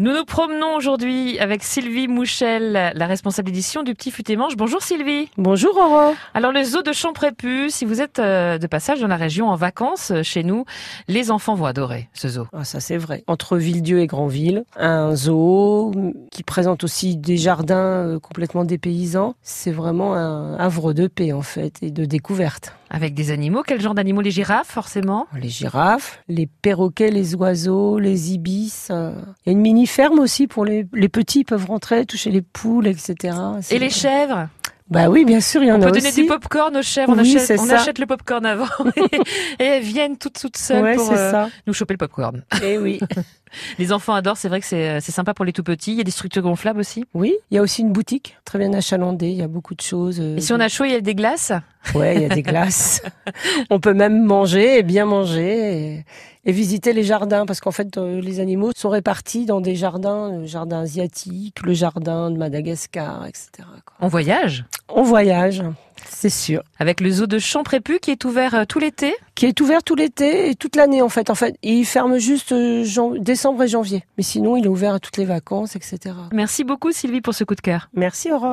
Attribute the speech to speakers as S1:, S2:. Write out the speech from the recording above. S1: Nous nous promenons aujourd'hui avec Sylvie Mouchel, la responsable édition du Petit Futémange. Bonjour Sylvie.
S2: Bonjour Aurore.
S1: Alors le zoo de Champrépus, si vous êtes euh, de passage dans la région en vacances euh, chez nous, les enfants vont adorer ce zoo.
S2: Ah, ça c'est vrai. Entre Villedieu et Grandville, un zoo qui présente aussi des jardins euh, complètement dépaysants. C'est vraiment un havre de paix en fait et de découverte.
S1: Avec des animaux, quel genre d'animaux Les girafes forcément
S2: Les girafes, les perroquets, les oiseaux, les ibis. euh, Il y a une mini ferme aussi pour les, les petits ils peuvent rentrer, toucher les poules, etc. C'est-
S1: et les chèvres
S2: Bah oui, bien sûr, il y en
S1: On
S2: a
S1: peut
S2: aussi.
S1: donner du popcorn aux chèvres, on,
S2: Oui,
S1: achète,
S2: c'est
S1: on
S2: ça.
S1: achète le popcorn avant et, et elles viennent toutes toutes seules
S2: Ouais,
S1: pour
S2: c'est
S1: euh,
S2: ça.
S1: nous choper le popcorn.
S2: Et oui.
S1: Les enfants adorent, c'est vrai que c'est euh, c'est sympa pour les tout petits, il y a des structures gonflables aussi.
S2: Oui, il y a aussi une boutique très bien achalandée, il y a beaucoup de choses. euh,
S1: Et si on a chaud, il y a des glaces
S2: Ouais, il y a des glaces. On peut même manger et bien manger et, et visiter les jardins parce qu'en fait euh, les animaux sont répartis dans des jardins, le jardin asiatique, le jardin de Madagascar, etc. quoi.
S1: On voyage
S2: On voyage, c'est sûr.
S1: avec le zoo de Champrépus qui est ouvert euh, tout l'été.
S2: Qui est ouvert tout l'été et toute l'année en fait. En fait, il ferme juste euh, jan- décembre et janvier, mais sinon il est ouvert à toutes les vacances, etc.
S1: Merci beaucoup Sylvie pour ce coup de cœur.
S2: Merci Aurore.